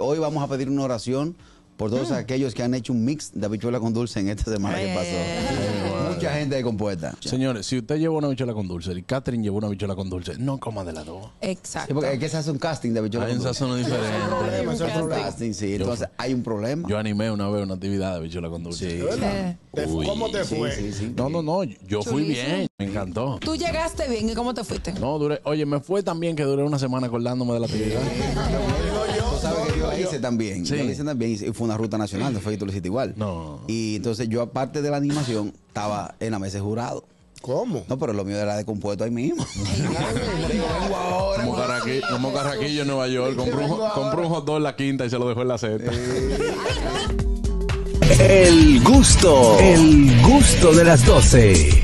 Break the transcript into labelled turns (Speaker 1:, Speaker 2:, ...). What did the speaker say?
Speaker 1: hoy vamos a pedir una oración por todos aquellos que han hecho un mix de habichuela con dulce en esta semana
Speaker 2: Ay,
Speaker 1: que
Speaker 2: ay,
Speaker 1: pasó. Mucha gente compuesta. Sí,
Speaker 3: Señores, si usted lleva una bichola con dulce y Catherine llevó una bichola con dulce, no coma de las dos.
Speaker 2: Exacto.
Speaker 1: porque es que se hace un casting de habichuela
Speaker 3: Hay
Speaker 1: con
Speaker 3: un
Speaker 1: dulce.
Speaker 3: sazón diferente.
Speaker 1: Es un casting, sí. Entonces, hay un problema.
Speaker 3: Yo animé una vez una actividad de bichola con dulce.
Speaker 1: Sí.
Speaker 2: Eh,
Speaker 4: ¿Te-
Speaker 3: Uy.
Speaker 4: ¿Cómo te fue?
Speaker 1: Sí, sí.
Speaker 3: No, no, no, yo fui bien, me encantó.
Speaker 2: Tú llegaste bien y cómo te fuiste.
Speaker 3: No, duré, oye, me fue tan bien que duré una semana acordándome de la actividad.
Speaker 1: Tú sabes que yo la hice también.
Speaker 3: Sí.
Speaker 1: Yo la hice también y fue una ruta nacional, no fue que tú lo hiciste igual.
Speaker 3: No.
Speaker 1: Y entonces yo, aparte de la animación, estaba en la mesa de jurado.
Speaker 4: ¿Cómo?
Speaker 1: No, pero lo mío era de compuesto ahí mismo.
Speaker 3: Como Carraqui- como Carraquillo en Nueva York, compró un, compró un hot dog en la quinta y se lo dejó en la sexta.
Speaker 5: El gusto, el gusto de las doce.